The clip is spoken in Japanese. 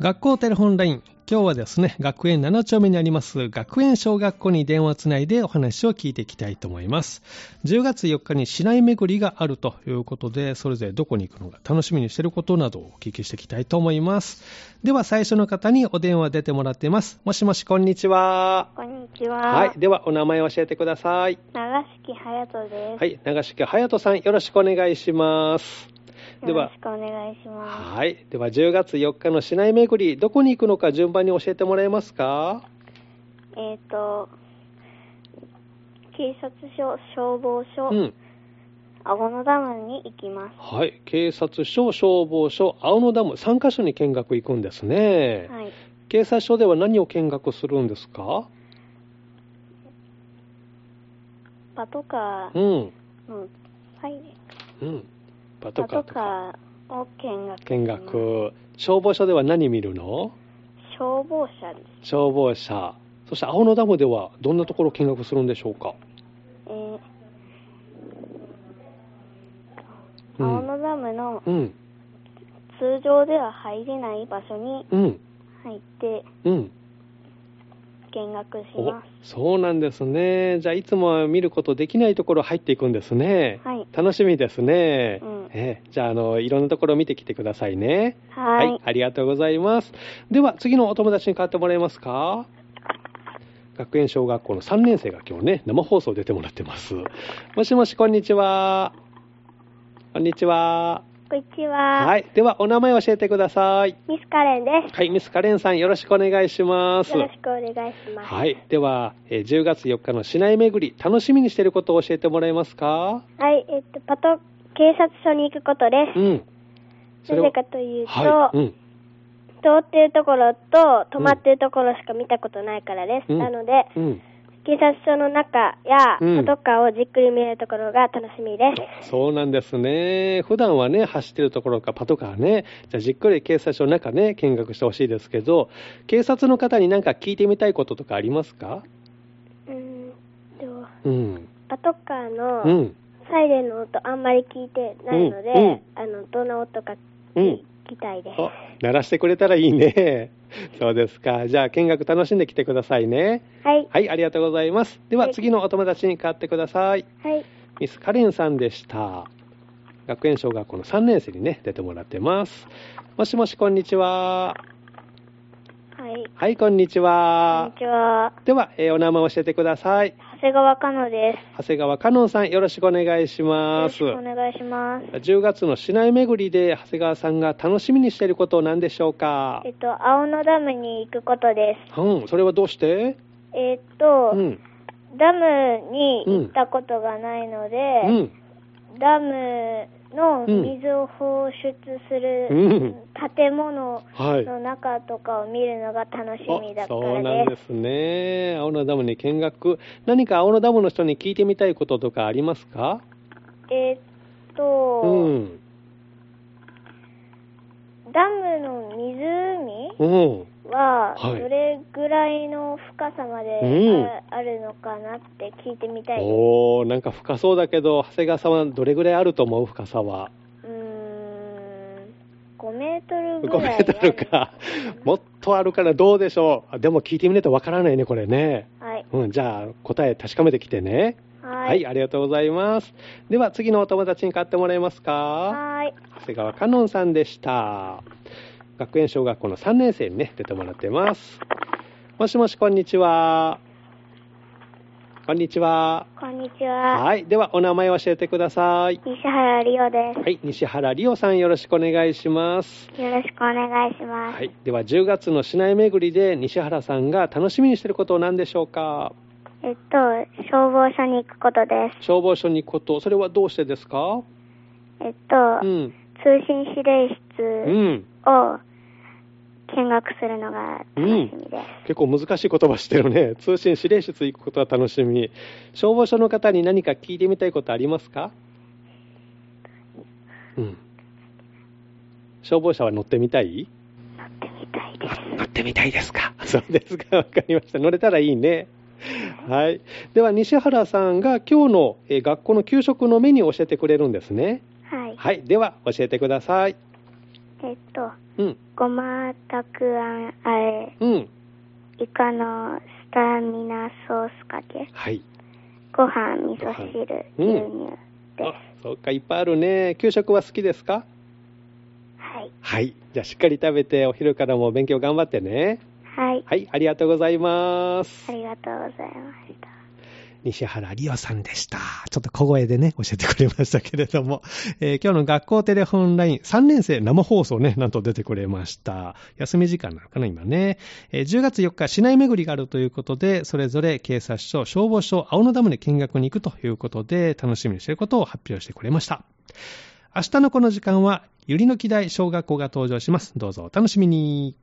学校テレホンライン。今日はですね、学園7丁目にあります、学園小学校に電話つないでお話を聞いていきたいと思います。10月4日に市内巡りがあるということで、それぞれどこに行くのか楽しみにしていることなどをお聞きしていきたいと思います。では最初の方にお電話出てもらっています。もしもし、こんにちは。こんにちは。はい。では、お名前を教えてください。長敷隼人です。はい。長敷隼人さん、よろしくお願いします。でよろはし、くお願いしまはい。では、10月4日の市内巡り、どこに行くのか順番に教えてもらえますかす。えっ、と、警察署、消防署、うん。青野ダムに行きます。はい。警察署、消防署、青野ダム、3カ所に見学行くんですね。はい。警察署では何を見学するんですかパトカうーん。の、はい。うん。パトパカートとか。カーを見学します。見学。消防署では何見るの消防車です。消防車。そして青野ダムではどんなところを見学するんでしょうかえーうん青野ダムのうん。通常では入れない場所にうん。入ってうん。見学しおます。そうなんですね。じゃあ、いつもは見ることできないところ入っていくんですね。はい楽しみですね。うんええじゃあ、あの、いろんなところ見てきてくださいね。はい。ありがとうございます。では、次のお友達に代わってもらえますか学園小学校の3年生が今日ね、生放送出てもらってます。もしもし、こんにちは。こんにちは。こんにちは。はい。では、お名前教えてください。ミスカレンです。はい、ミスカレンさん、よろしくお願いします。よろしくお願いします。はい。では、えー10月4日の市内巡り、楽しみにしていることを教えてもらえますかはい、えっと、パト、警察署に行くことでうす。ん。なぜかというと、はい。うん。通ってるところと止まってるところしか見たことないからです。うんなので、うん。警察署の中や、うんパトカーをじっくり見るところが楽しみです。そうなんですね。普段はね、走ってるところか、パトカーね。じゃあ、じっくり警察署の中ね、見学してほしいですけど、警察の方に何か聞いてみたいこととかありますかうーんと、うん。パトカーうのん。サイレンの音あんまり聞いてないので、うんうんあの、どんな音かうん。聞きたいです。お、鳴らしてくれたらいいね。そうですか。じゃあ、見学楽しんできてくださいね。はい。はい、ありがとうございます。では、はい次のお友達に代わってください。はい。ミスカレンさんでした。学園小学校の3年生にね、出てもらってます。もしもし、こんにちは。はい。はい、こんにちこんはに。ちは。では、えーお名前を教えてください。長谷川かので長す。谷川香音さん、よろしくお願いしよまろすしく。お願いします。 10月の市内巡りで、長谷川さんが楽しみにしていることは何でしょうかえっと、青野ダムに行くことでうん、それはどうしてす。えっと、うん。ダムに行ったことがないので、うん。ダムの水を放出すうるん。建物はい。の中とかを見るのが楽しみだあかそうならんでですね。青野ダムに見学。何か青野ダムの人に聞いてみたいこととかありますかす。えっうと、ん。ダムの湖うん。ははいどれぐらいの深さまであ,、うんるのかなって聞いてみたいです。おー、なんか深そうだけど、長谷川さんはどれぐらいあると思う深さは。うーん、5メートルぐ5メらいあーるトルか。もっとあるからどうでしょう。あでも聞いてみないとわからないね、これね。はい。うん、じゃあ答え確かめてきてね。はい。ありがとうございます。では次のお友達に買ってもらえますかはい。長谷川香音さんでした学園小学校の3年生にね出てもらってますもしもしこんにちはこんにちはこんにちは。はいではお名前を教えてください西原理央です、はい西原理央さんよろしくお願いしますよろしくお願いします。はいでは10月の市内巡りで西原さんが楽しみにしていることは何でしょうかえっと、消防署に行くことです。消防署に行くことそれはどうしてですかえっと、うん通信指令う室んを見学するのが楽しみです。結構難しい言葉してるね。通信指令室行くことは楽しみ。消防署の方に何か聞いてみたいことありますかうん。消防車は乗ってみたい乗ってみたいです。乗ってみたいですかそうですか。わかりました。乗れたらいいね。はい。では、西原さんが今日のえー学校の給食のメニューを教えてくれるんですね。はい。はい。では、教えてください。えっと、うん。ごまたくあん、あれ、うん。イカのスタミナソースかけ、はい。ご飯、味噌汁、うん牛乳です。あ、そうか、いっぱいあるね。給食は好きですかはい。はい。じゃあ、しっかり食べて、お昼からも勉強頑張ってね。はい。はい、ありがとうございますあ。りがとうございました。西原理央さんでした。ちょっと小声でね、教えてくれましたけれども、えー今日の学校テレホンライン3年生生放送ね、なんと出てくれました。休み時間なのかな、今ね。えー10月4日、市内巡りがあるということで、それぞれ警察署、消防署、青野ダムで見学に行くということで、楽しみにしていることを発表してくれました。明日のこの時間は、ゆりの木台小学校が登場します。どうぞお楽しみに。